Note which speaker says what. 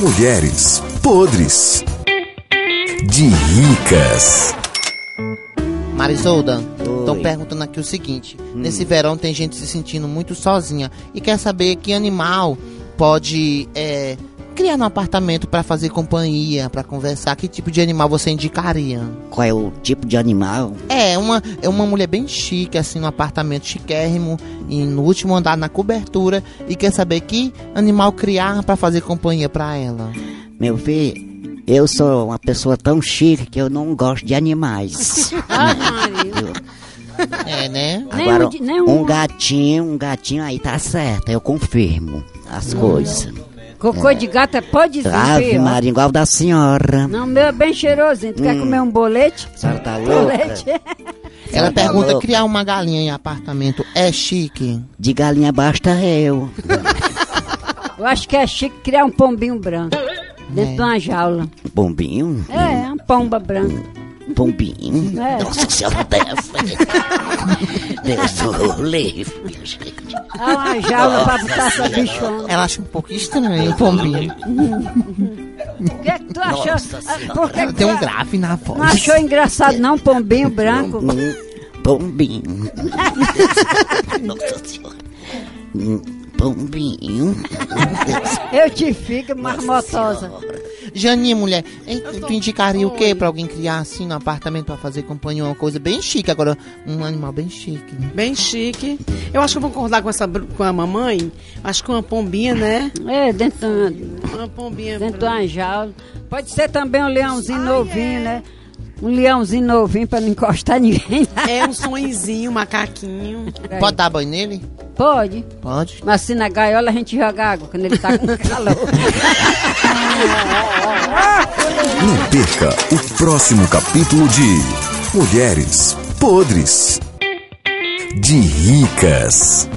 Speaker 1: Mulheres podres de ricas.
Speaker 2: Marisolda, estão
Speaker 3: Oi. Hum.
Speaker 2: perguntando aqui o seguinte: nesse verão tem gente se sentindo muito sozinha e quer saber que animal pode é, criar no apartamento para fazer companhia, para conversar. Que tipo de animal você indicaria?
Speaker 3: Qual é o tipo de animal?
Speaker 2: É uma é uma mulher bem chique assim no apartamento chiquérrimo e no último andar na cobertura e quer saber que animal criar para fazer companhia para ela.
Speaker 3: Meu filho, eu sou uma pessoa tão chique que eu não gosto de animais.
Speaker 4: Ah, Maria.
Speaker 2: É, né?
Speaker 4: Nem
Speaker 3: Agora,
Speaker 4: um de- nem um-
Speaker 3: um gatinho, um gatinho aí tá certo, eu confirmo as coisas.
Speaker 4: Cocô de gato é pó de
Speaker 3: Ave
Speaker 4: desvio.
Speaker 3: Maria, igual da senhora.
Speaker 4: Não, meu é bem cheirosinho. Tu quer comer um bolete?
Speaker 3: A senhora tá
Speaker 4: Bolete.
Speaker 3: louca?
Speaker 2: Ela
Speaker 3: tá
Speaker 2: pergunta:
Speaker 3: louca.
Speaker 2: criar uma galinha em apartamento é chique?
Speaker 3: De galinha basta eu.
Speaker 4: Eu acho que é chique criar um pombinho branco. Dentro de uma jaula.
Speaker 3: Bombinho?
Speaker 4: É, uma pomba branca.
Speaker 3: Bombinho?
Speaker 4: É.
Speaker 3: Nossa senhora dessa. Deus o livre.
Speaker 4: É uma jaula pra botar essa bichona.
Speaker 2: Ela acha um pouco estranho o pombinho.
Speaker 4: O que é que tu achou? Ah, Por que, que
Speaker 2: Tem
Speaker 4: tu
Speaker 2: um
Speaker 4: a-
Speaker 2: grave na voz.
Speaker 4: não achou engraçado não, pombinho branco?
Speaker 3: Hum, Bombinho. Nossa senhora. Mm, Hum, Bombinho.
Speaker 4: Eu te fico marmotosa.
Speaker 2: Janinha, mulher, hein, tu indicaria o quê pra alguém criar assim no apartamento pra fazer companhia? Uma coisa bem chique, agora um animal bem chique. né?
Speaker 5: Bem chique. Eu acho que eu vou concordar com essa br- com a mamãe. Acho que uma pombinha, né?
Speaker 4: É, dentro de uma-
Speaker 5: Uma pombinha.
Speaker 4: dentro de uma jaula. Pode ser também um leãozinho novinho, né? Um leãozinho novinho pra não encostar ninguém.
Speaker 5: É um sonhozinho, um macaquinho.
Speaker 2: Pode dar banho nele?
Speaker 4: Pode.
Speaker 2: Pode.
Speaker 4: Mas se na gaiola a gente joga água quando ele tá com calor.
Speaker 1: Não perca o próximo capítulo de Mulheres podres de ricas.